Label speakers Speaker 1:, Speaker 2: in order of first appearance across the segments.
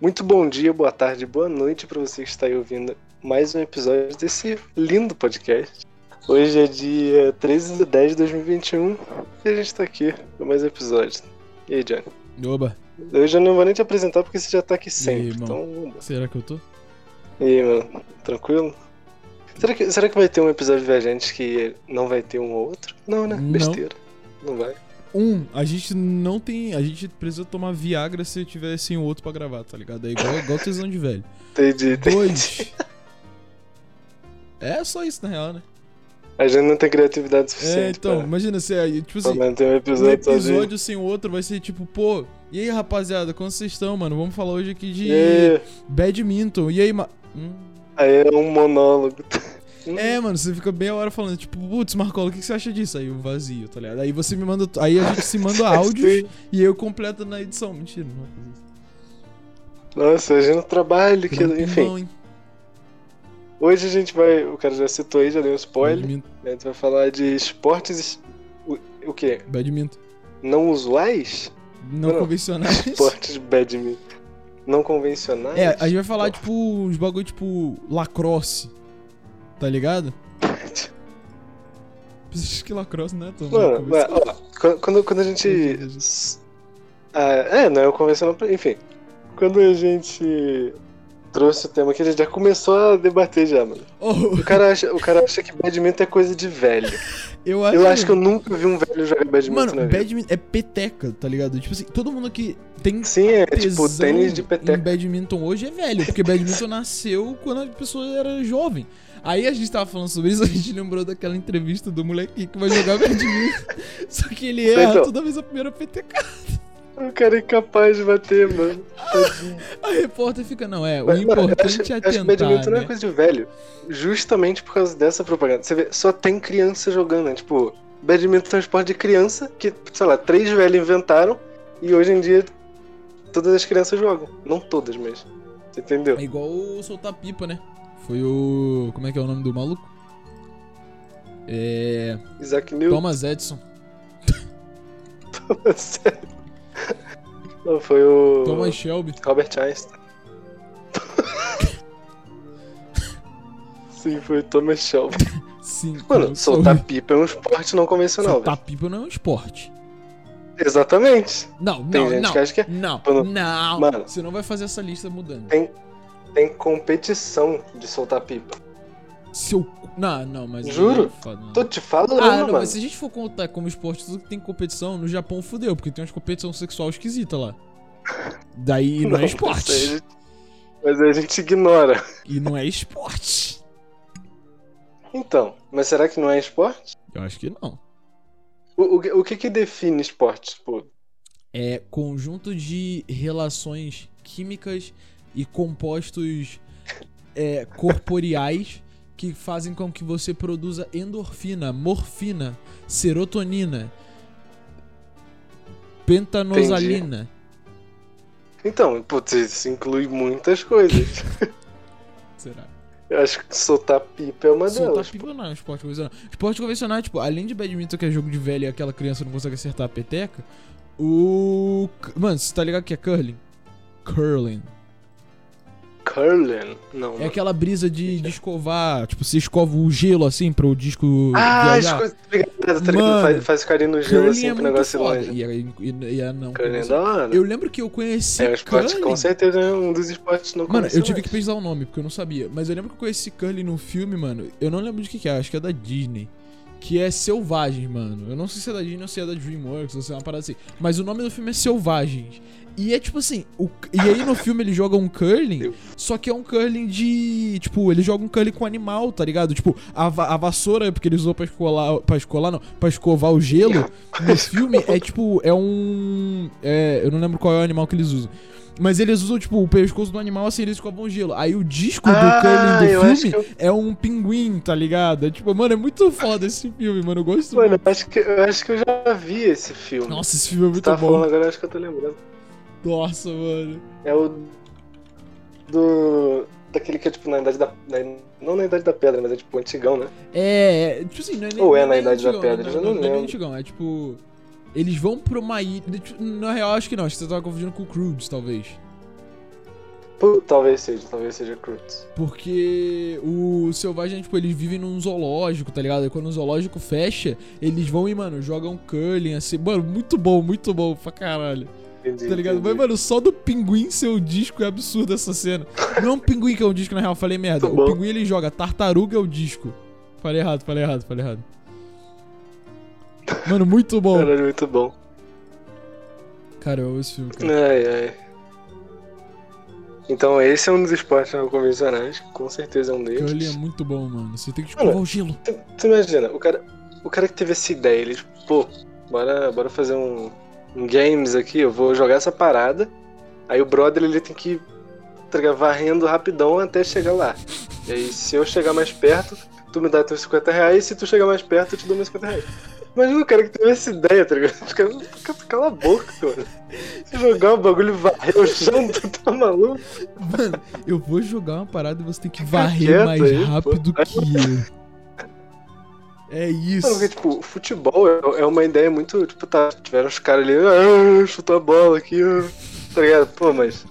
Speaker 1: Muito bom dia, boa tarde, boa noite para você que está aí ouvindo mais um episódio desse lindo podcast. Hoje é dia 13 de 10 de 2021 e a gente está aqui para mais um episódio. E aí, Johnny?
Speaker 2: Oba,
Speaker 1: Eu já não vou nem te apresentar porque você já tá aqui sempre,
Speaker 2: irmão?
Speaker 1: então vambora.
Speaker 2: será que eu tô?
Speaker 1: E aí, mano, tranquilo? Será que, será que vai ter um episódio viajante que não vai ter um ou outro? Não, né?
Speaker 2: Não.
Speaker 1: Besteira. Não vai.
Speaker 2: Um, a gente não tem. A gente precisa tomar Viagra se tiver sem o outro pra gravar, tá ligado? É igual, igual tesão de velho.
Speaker 1: Entendi, entendi.
Speaker 2: Dois. É só isso, na real, né?
Speaker 1: A gente não tem criatividade
Speaker 2: É,
Speaker 1: suficiente.
Speaker 2: então,
Speaker 1: pra-
Speaker 2: imagina se aí, tipo
Speaker 1: Pelo
Speaker 2: assim,
Speaker 1: menos tem um
Speaker 2: um
Speaker 1: episódio, sozinho.
Speaker 2: episódio sem o outro vai ser tipo, pô, e aí rapaziada, como vocês estão, mano? Vamos falar hoje aqui de
Speaker 1: E
Speaker 2: badminton. E aí, ma... Hum.
Speaker 1: aí é um monólogo.
Speaker 2: É, mano, você fica bem a hora falando, tipo, putz, Marcola, o que que você acha disso? Aí o vazio, tá ligado? Aí você me manda. Aí a gente se manda áudios
Speaker 1: Sim.
Speaker 2: e eu completo na edição. Mentira, não é. vou fazer isso.
Speaker 1: Nossa, imagina o trabalho que.
Speaker 2: Não tem
Speaker 1: Enfim,
Speaker 2: não, hein?
Speaker 1: hoje a gente vai. O cara já citou aí, já deu um spoiler.
Speaker 2: Badminton.
Speaker 1: né? A gente vai falar de esportes. O, o quê?
Speaker 2: badminton.
Speaker 1: Não usuais?
Speaker 2: Não,
Speaker 1: Não.
Speaker 2: convencionais.
Speaker 1: Esportes de badminton. Não convencionais?
Speaker 2: É, a gente vai falar, tipo, uns bagulho tipo lacrosse. Tá ligado? Acho que lacrosse não é tão
Speaker 1: Mano, mas,
Speaker 2: convencional.
Speaker 1: ó, quando- quando, quando a gente. Ah, é, não é o convencional. pra- Enfim, quando a gente trouxe o tema aqui, a gente já começou a debater já, mano.
Speaker 2: Oh,
Speaker 1: O cara acha, o cara acha que badminton é coisa de velho.
Speaker 2: eu acho,
Speaker 1: Eu acho que eu nunca vi um velho jogar badminton
Speaker 2: Mano,
Speaker 1: na vida.
Speaker 2: badminton é peteca, tá ligado? Tipo assim, todo mundo que tem
Speaker 1: Sim, é tipo
Speaker 2: tesão
Speaker 1: tênis de
Speaker 2: Em
Speaker 1: peteca.
Speaker 2: badminton hoje é velho, porque badminton nasceu quando a pessoa era jovem. Aí a gente tava falando sobre isso, a gente lembrou daquela entrevista do moleque que vai jogar badminton. só que ele erra
Speaker 1: Então.
Speaker 2: toda vez a primeira PTK.
Speaker 1: O cara é incapaz de bater, mano. Tadinho.
Speaker 2: A repórter fica, não, é, o
Speaker 1: Mas, mano, eu
Speaker 2: importante
Speaker 1: acho-
Speaker 2: é
Speaker 1: eu
Speaker 2: tentar,
Speaker 1: acho que badminton não
Speaker 2: né?
Speaker 1: é coisa de velho. Justamente por causa dessa propaganda. Você vê, só tem criança jogando, né? Tipo, badminton é um esporte de criança que, sei lá, três velhos inventaram e hoje em dia todas as crianças jogam. Não todas, mas. Você entendeu?
Speaker 2: É igual o soltar pipa, né? Foi o... como é que é o nome do maluco? É...
Speaker 1: Isaac Newton.
Speaker 2: Thomas Edison.
Speaker 1: sério. Não, foi o.
Speaker 2: Thomas Shelby.
Speaker 1: Robert Einstein. Sim, foi Thomas Shelby.
Speaker 2: Sim.
Speaker 1: Mano,
Speaker 2: eu-
Speaker 1: soltar pipa é um esporte não convencional,
Speaker 2: Soltar pipa não é um esporte.
Speaker 1: velho. Exatamente.
Speaker 2: Não, não,
Speaker 1: Tem gente
Speaker 2: não.
Speaker 1: que acha que é.
Speaker 2: Não,
Speaker 1: Mano,
Speaker 2: não.
Speaker 1: mano.
Speaker 2: Você não vai fazer essa lista mudando.
Speaker 1: É. Tem competição de soltar pipa.
Speaker 2: Seu. cu- Não, não, mas.
Speaker 1: Juro.
Speaker 2: É foda, não.
Speaker 1: Tô te falando,
Speaker 2: Ah, não,
Speaker 1: mano.
Speaker 2: mas se a gente for contar como esporte tudo que tem competição, no Japão fudeu, porque tem umas competição sexual esquisita lá. Daí não,
Speaker 1: isso aí
Speaker 2: é
Speaker 1: a
Speaker 2: esporte.
Speaker 1: gente- Mas a gente ignora.
Speaker 2: E não é esporte.
Speaker 1: Então, mas será que não é esporte?
Speaker 2: Eu acho que não.
Speaker 1: O, o que- o que que define esporte? Tipo,
Speaker 2: É conjunto de relações químicas e compostos é, corporeais que fazem com que você produza endorfina, morfina, serotonina, pentanosalina.
Speaker 1: então, putz, isso inclui muitas coisas.
Speaker 2: Será?
Speaker 1: Eu acho que soltar pipa é uma delas.
Speaker 2: Soltar pipa não, é um esporte convencional. Esporte convencional, é, tipo, além de badminton, que é jogo de velho e aquela criança não consegue acertar a peteca, o. Mano, você tá ligado que é curling? Curling.
Speaker 1: Curling? Não.
Speaker 2: É
Speaker 1: mano.
Speaker 2: aquela brisa de, de escovar, tipo, você escova o gelo assim pro disco
Speaker 1: Ah,
Speaker 2: viajar.
Speaker 1: escuta, obrigado, tá ligado?
Speaker 2: Mano,
Speaker 1: Faz, faz carinho no gelo
Speaker 2: Curling
Speaker 1: assim
Speaker 2: é
Speaker 1: pro
Speaker 2: muito
Speaker 1: negócio ir
Speaker 2: foda.
Speaker 1: longe.
Speaker 2: E, e, e- e é
Speaker 1: Curling é
Speaker 2: não. convencional.
Speaker 1: da hora.
Speaker 2: Eu lembro que eu conheci
Speaker 1: É um esporte,
Speaker 2: curling.
Speaker 1: com certeza é um dos esportes né? não
Speaker 2: Mano, eu tive
Speaker 1: convencionais.
Speaker 2: que pesquisar o nome, porque eu não sabia. Mas eu lembro que eu conheci curling num filme, mano. Eu não lembro de que que é, acho que é da Disney. Que é Selvagens, mano. Eu não sei se é da Disney ou se é da Dreamworks ou se é uma parada assim. Mas o nome do filme é Selvagens. E é tipo assim, o- e aí no filme ele joga um curling, só que é um curling de. Tipo, ele joga um curling com animal, tá ligado? Tipo, a, va- a vassoura, porque ele usou pra escolar. Pra escolar, não, pra escovar o gelo. No filme é tipo, é um. É, eu não lembro qual é o animal que eles usam. Mas eles usam, tipo, o pescoço do animal assim, eles escovam gelo. Aí o disco
Speaker 1: Ah,
Speaker 2: do
Speaker 1: eu
Speaker 2: curling do
Speaker 1: acho
Speaker 2: filme
Speaker 1: que eu-
Speaker 2: é um pinguim, tá ligado? É tipo, mano, é muito foda esse filme, mano. Eu gosto
Speaker 1: Mano,
Speaker 2: muito.
Speaker 1: eu acho que, eu acho que eu já vi esse filme.
Speaker 2: Nossa, esse filme é
Speaker 1: Você
Speaker 2: muito
Speaker 1: tá
Speaker 2: bom.
Speaker 1: falando agora, eu acho que eu tô lembrando.
Speaker 2: Nossa, mano.
Speaker 1: É o do... Daquele que é, tipo, na Idade da... na- Não na Idade da Pedra, mas é, tipo, antigão, né?
Speaker 2: É, é, tipo assim, não é nem.
Speaker 1: Ou é
Speaker 2: não
Speaker 1: na
Speaker 2: nem
Speaker 1: Idade da
Speaker 2: antigão,
Speaker 1: Pedra,
Speaker 2: não,
Speaker 1: eu já
Speaker 2: não,
Speaker 1: não
Speaker 2: é nem
Speaker 1: lembro.
Speaker 2: antigão, é tipo. Eles vão pra uma ilha. tipo, Na real, acho que não. Acho que você tava confundindo com o Crudes, talvez.
Speaker 1: Pô, Talvez seja, talvez seja Croods.
Speaker 2: Porque o selvagem, tipo, eles vivem num zoológico, tá ligado? E quando o zoológico fecha, eles vão e, mano, jogam curling assim. Mano, muito bom, muito bom pra caralho.
Speaker 1: Entendi,
Speaker 2: Tá ligado?
Speaker 1: entendi.
Speaker 2: Mas, mano, só do pinguim ser o disco é absurdo essa cena. Não é um pinguim que é o disco, na real, falei merda.
Speaker 1: Tá
Speaker 2: O
Speaker 1: bom.
Speaker 2: pinguim ele joga, tartaruga é o disco. Falei errado, falei errado, falei errado. Mano, muito bom.
Speaker 1: Caralho, muito bom.
Speaker 2: Cara, eu amo esse filme, cara.
Speaker 1: Ai, ai. Então esse é um dos esportes não convencionais, com certeza é um deles.
Speaker 2: Curly é muito bom, mano. Você tem que escovar
Speaker 1: Mano,
Speaker 2: o gelo.
Speaker 1: Tu, tu imagina, o cara, o cara que teve essa ideia, ele tipo, pô, bora, bora fazer um, um games aqui, eu vou jogar essa parada. Aí o brother ele tem que tá ligado, varrendo rapidão até chegar lá. E aí se eu chegar mais perto, tu me dá teus 50 reais, se tu chegar mais perto, eu te dou meus 50 reais. Imagina o cara que teve essa ideia, tá ligado? Os caras, cala- cala a boca, mano. Se jogar o bagulho e varrer o chão, tu tá maluco?
Speaker 2: Mano, eu vou jogar uma parada e você tem que
Speaker 1: Fica
Speaker 2: varrer
Speaker 1: quieto
Speaker 2: mais
Speaker 1: aí, pô.
Speaker 2: rápido que eu. É isso.
Speaker 1: Mano, porque, tipo, o futebol é, é uma ideia muito, tipo, tá, tiveram os caras ali, ah, chutou a bola aqui, ah", tá ligado? Pô, mas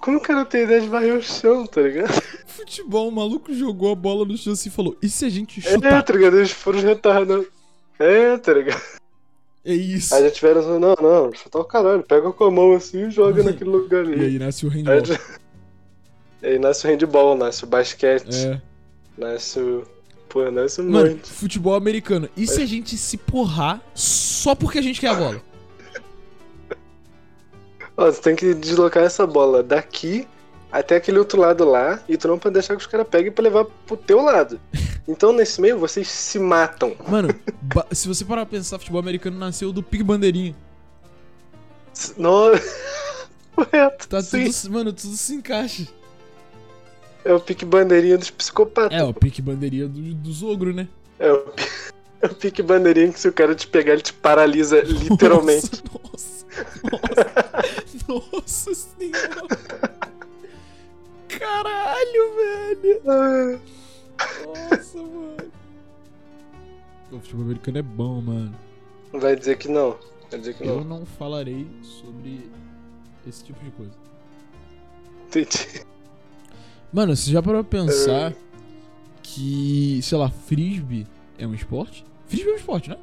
Speaker 1: como o cara tem ideia de varrer o chão, tá ligado?
Speaker 2: Futebol, o maluco jogou a bola no chão assim e falou: e se a gente
Speaker 1: É,
Speaker 2: chutar?
Speaker 1: tá ligado? Eles foram retardados. É, tá ligado?
Speaker 2: É isso.
Speaker 1: Aí já tiveram assim, não, não, chutar o caralho, pega com a mão assim e joga naquele lugar
Speaker 2: E
Speaker 1: ali.
Speaker 2: aí nasce o
Speaker 1: Aí,
Speaker 2: handball.
Speaker 1: já- aí nasce o handball, nasce o basquete,
Speaker 2: É.
Speaker 1: nasce o... Pô, nasce um
Speaker 2: Mano,
Speaker 1: monte.
Speaker 2: futebol americano. E se a gente se porrar só porque a gente quer a bola?
Speaker 1: Ó, tu tem que deslocar essa bola daqui até aquele outro lado lá e tu não pode deixar que os caras peguem pra levar pro teu lado. Então nesse meio vocês se matam.
Speaker 2: Mano, ba- se você parar pra pensar, futebol americano nasceu do Pig Bandeirinha.
Speaker 1: S- No... Correto.
Speaker 2: Tá
Speaker 1: sim.
Speaker 2: tudo, se- mano, tudo se encaixa.
Speaker 1: É o pique bandeirinha dos psicopatas.
Speaker 2: É, o Pig Bandeirinha do, dos ogros, né?
Speaker 1: É o, pi- é o pique bandeirinha que se o cara te pegar ele te paralisa literalmente.
Speaker 2: Nossa, nossa, nossa, nossa senhora. Caralho, velho. Nossa, mano. O futebol americano é bom, mano.
Speaker 1: Vai dizer que não. Vai dizer que
Speaker 2: Eu
Speaker 1: não.
Speaker 2: não falarei sobre esse tipo de coisa.
Speaker 1: Entendi.
Speaker 2: Mano, você já parou pra
Speaker 1: É.
Speaker 2: pensar que, sei lá, frisbee é um esporte? Frisbee é um esporte, né?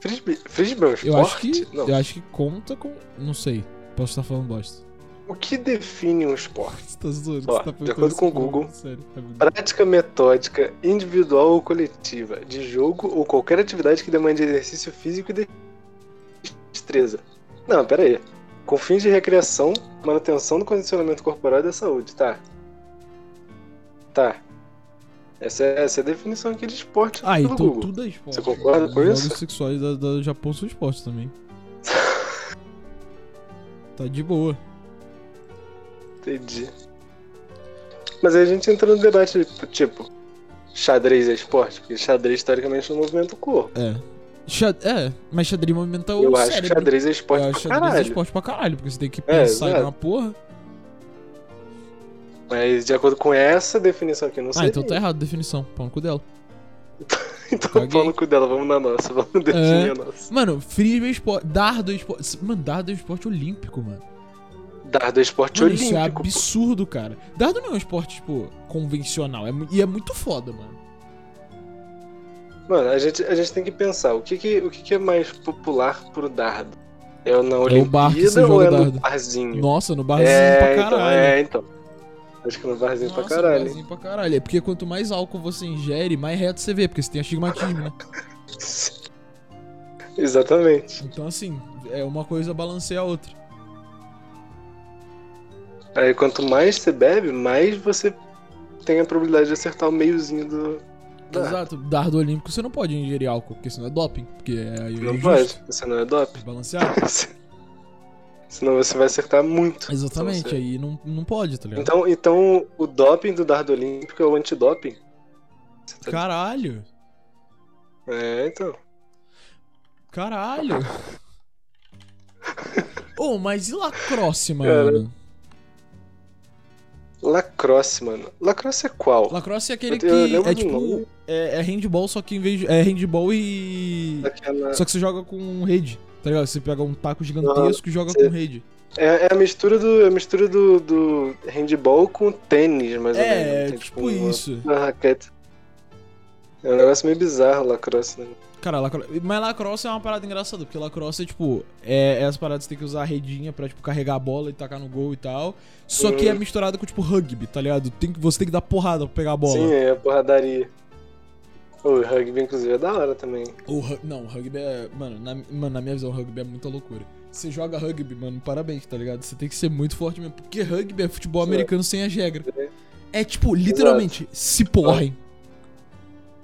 Speaker 1: Frisbee, frisbee é um
Speaker 2: Eu acho
Speaker 1: esporte?
Speaker 2: que,
Speaker 1: Não.
Speaker 2: eu acho que conta com, não sei. Posso estar falando bosta.
Speaker 1: O que define um esporte?
Speaker 2: Você tá zoando,
Speaker 1: Ó,
Speaker 2: você tá
Speaker 1: de
Speaker 2: perguntando
Speaker 1: acordo
Speaker 2: isso
Speaker 1: com o
Speaker 2: pra mim,
Speaker 1: Google,
Speaker 2: Sério, tá me-
Speaker 1: Prática metódica, individual ou coletiva, de jogo ou qualquer atividade que demande exercício físico e de- destreza. Não, pera aí. Com fins de recreação, manutenção do condicionamento corporal e da saúde, tá? Tá. Essa é, essa é a definição aqui de esporte
Speaker 2: Ah,
Speaker 1: pelo
Speaker 2: então
Speaker 1: Google.
Speaker 2: tudo é esporte.
Speaker 1: Você concorda com
Speaker 2: Os
Speaker 1: isso?
Speaker 2: Jogos sexuais da, da Japão são esporte também. tá de boa.
Speaker 1: Entendi. Mas aí a gente entra no debate, tipo, xadrez é esporte? Porque xadrez, historicamente, é um movimento do corpo.
Speaker 2: É. Xa- É, mas xadrez movimenta o
Speaker 1: Eu acho
Speaker 2: cérebro.
Speaker 1: que xadrez é esporte
Speaker 2: eu
Speaker 1: pra
Speaker 2: acho xadrez
Speaker 1: caralho.
Speaker 2: é esporte pra caralho, porque você tem que
Speaker 1: É,
Speaker 2: pensar em
Speaker 1: exato.
Speaker 2: uma porra.
Speaker 1: Mas de acordo com essa definição aqui, não sei.
Speaker 2: Ah, então tá errado a definição. Pau no cu dela.
Speaker 1: Então
Speaker 2: Caguei.
Speaker 1: pau no cu dela, vamos na nossa, vamos definir
Speaker 2: É.
Speaker 1: a nossa.
Speaker 2: Mano, frisbee é esporte. Dardo é esporte. Mano, dardo é esporte olímpico, mano.
Speaker 1: Dardo é esporte
Speaker 2: Mano, isso é
Speaker 1: olímpico. pô.
Speaker 2: absurdo, cara. Dardo não é um esporte, tipo, convencional. É mu- e é muito foda, mano.
Speaker 1: Mano, a gente, a gente tem que pensar, o que que, o que que é mais popular pro dardo? É o na
Speaker 2: o bar que você
Speaker 1: Olimpíada ou
Speaker 2: joga
Speaker 1: é no
Speaker 2: dardo.
Speaker 1: barzinho?
Speaker 2: Nossa, no barzinho pra
Speaker 1: é,
Speaker 2: caralho.
Speaker 1: então, é, então. Acho que no barzinho
Speaker 2: Nossa,
Speaker 1: pra caralho. hein?
Speaker 2: barzinho pra caralho. É porque quanto mais álcool você ingere, mais reto você vê, porque você tem astigmatismo, né?
Speaker 1: Exatamente.
Speaker 2: Então, assim, é uma coisa balanceia a outra.
Speaker 1: Aí quanto mais você bebe, mais você tem a probabilidade de acertar o meiozinho do. dardo.
Speaker 2: Exato. Dardo olímpico você não pode ingerir álcool, porque senão é doping. Porque é aí é
Speaker 1: Não pode,
Speaker 2: injusto.
Speaker 1: você não é dop.
Speaker 2: É Balanceado.
Speaker 1: Senão você vai acertar muito.
Speaker 2: Exatamente,
Speaker 1: Então, Você-
Speaker 2: aí não, não pode, tá ligado?
Speaker 1: Então, então o doping do dardo olímpico é o antidoping? Você tá-
Speaker 2: Caralho.
Speaker 1: É, então.
Speaker 2: Caralho. oh, mas e lacrosse,
Speaker 1: Cara.
Speaker 2: mano?
Speaker 1: Lacrosse, mano. Lacrosse é qual?
Speaker 2: Lacrosse é aquele
Speaker 1: Eu
Speaker 2: que
Speaker 1: te- eu lembro
Speaker 2: é
Speaker 1: do
Speaker 2: tipo.
Speaker 1: nome.
Speaker 2: É, é handball, só que em vez de. É handball e.
Speaker 1: Aquela-
Speaker 2: um Só que você joga com rede, tá ligado? Você pega um taco gigantesco e joga com rede.
Speaker 1: É, é a mistura do, é a mistura do, do handball com tênis, mais ou menos.
Speaker 2: É,
Speaker 1: Tem, né?
Speaker 2: tipo
Speaker 1: uma-
Speaker 2: isso.
Speaker 1: Uma raquete. É um negócio meio bizarro lacrosse, né?
Speaker 2: Cara, lacrosse. Mas lacrosse é uma parada engraçada, porque lacrosse é tipo. É, é as paradas que você tem que usar a redinha pra, tipo, carregar a bola e tacar no gol e tal. Só que é
Speaker 1: Uhum.
Speaker 2: misturado com, tipo, rugby, tá ligado? Tem, que- você tem que dar porrada pra pegar a bola.
Speaker 1: Sim, é a porradaria. O rugby, inclusive, é da hora também.
Speaker 2: O ru- não, o rugby é. Mano na, mano, na minha visão, o rugby é muita loucura. Você joga rugby, mano, parabéns, tá ligado? Você tem que ser muito forte mesmo. Porque rugby é futebol
Speaker 1: Sim.
Speaker 2: americano sem as regras. É tipo, literalmente, se porrem.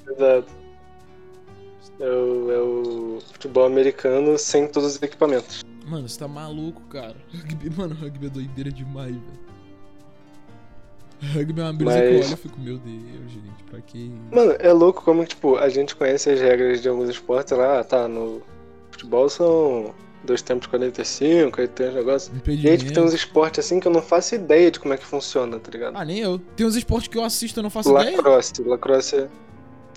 Speaker 1: Exato. É o, é o futebol americano sem todos os equipamentos.
Speaker 2: Mano, você tá maluco, cara. Rugby, mano, rugby é doideira demais, velho. Rugby é uma brisa que eu
Speaker 1: Mas-
Speaker 2: olho e fico, meu Deus, gente, pra que.
Speaker 1: Mano, é louco como, tipo, a gente conhece as regras de alguns esportes lá, ah, tá, no futebol são dois tempos 45, aí tem uns negócios. E aí, tipo, tem uns
Speaker 2: Impedimento.
Speaker 1: esportes assim que eu não faço ideia de como é que funciona, tá ligado?
Speaker 2: Ah, nem eu. Tem uns esportes que eu assisto, eu não faço ideia.
Speaker 1: Lacrosse, lacrosse é...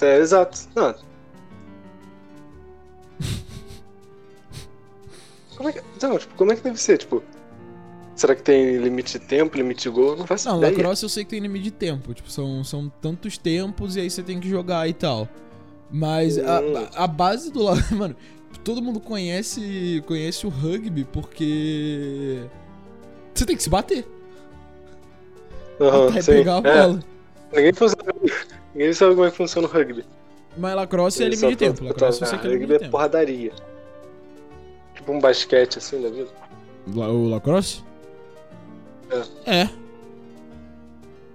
Speaker 1: é exato. Não. como é que... Não, tipo, como é que deve ser? Tipo, será que tem limite de tempo, limite de gol? Não faço
Speaker 2: Não,
Speaker 1: ideia.
Speaker 2: lacrosse eu sei que tem limite de tempo. Tipo, são, são tantos tempos e aí você tem que jogar e tal. Mas a,
Speaker 1: Hum.
Speaker 2: a base do lacrosse. Mano, todo mundo conhece, conhece o rugby porque. Você tem que se bater
Speaker 1: Aham,
Speaker 2: até
Speaker 1: sim.
Speaker 2: pegar a
Speaker 1: É,
Speaker 2: bola.
Speaker 1: ninguém, funciona... ninguém sabe como é que funciona o rugby.
Speaker 2: Mas lacrosse é limite de tempo. Lacrosse eu sei que é limite
Speaker 1: rugby
Speaker 2: de
Speaker 1: é
Speaker 2: tempo.
Speaker 1: porradaria. Tipo um basquete, assim, da vida.
Speaker 2: La- O lacrosse? É.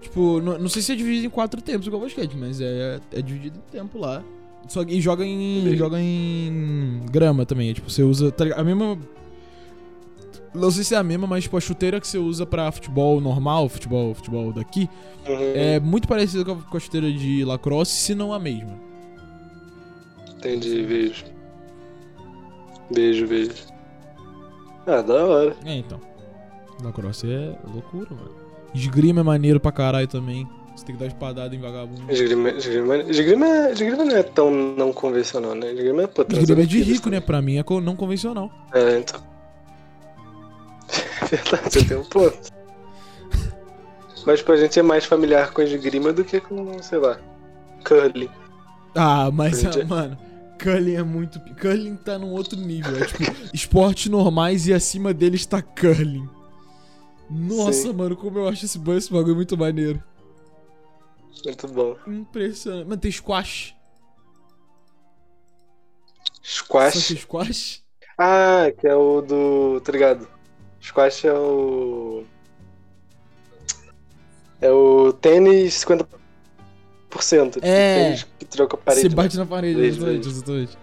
Speaker 2: Tipo, não, não sei se é dividido em quatro tempos igual o basquete, mas é, é dividido em tempo lá. Só que e joga em.
Speaker 1: Entendi.
Speaker 2: joga em. grama também. É, tipo, você usa. Tá ligado? A mesma. Não sei se é a mesma, mas tipo, a chuteira que você usa pra futebol normal, futebol, futebol daqui,
Speaker 1: Uhum,
Speaker 2: é muito parecida com a- com a chuteira de lacrosse, se não a mesma.
Speaker 1: Entendi, vejo. Beijo, beijo. Ah, da hora.
Speaker 2: É, então. Lacrosse é loucura, mano. Esgrima é maneiro pra caralho também. Você tem que dar espadada em vagabundo.
Speaker 1: Esgrima, esgrima, esgrima, é- esgrima não é tão não convencional, né? Esgrima é pô,
Speaker 2: Esgrima é de
Speaker 1: transafias
Speaker 2: rico, né? Pra mim é co- não convencional.
Speaker 1: também. É, então. Verdade, você tem um ponto. Mas pra gente é mais familiar com esgrima do que com, sei lá, curling.
Speaker 2: Ah, mas,
Speaker 1: Entendi.
Speaker 2: ah, mano, curling é muito. pi- Curling tá num outro nível. É tipo, esportes normais e acima deles tá curling. Nossa,
Speaker 1: Sim.
Speaker 2: mano, como eu acho esse, ba- esse bagulho é muito maneiro.
Speaker 1: Muito bom.
Speaker 2: Impressionante. Mano, tem squash. Só
Speaker 1: Squash.
Speaker 2: que é squash?
Speaker 1: Ah, que é o do. Tá ligado? Squash é o. É o tênis 50%. tipo,
Speaker 2: É.
Speaker 1: Tênis que troca a
Speaker 2: Você
Speaker 1: parede. né?
Speaker 2: bate na parede,
Speaker 1: Parede,
Speaker 2: exatamente,
Speaker 1: parede.
Speaker 2: exatamente.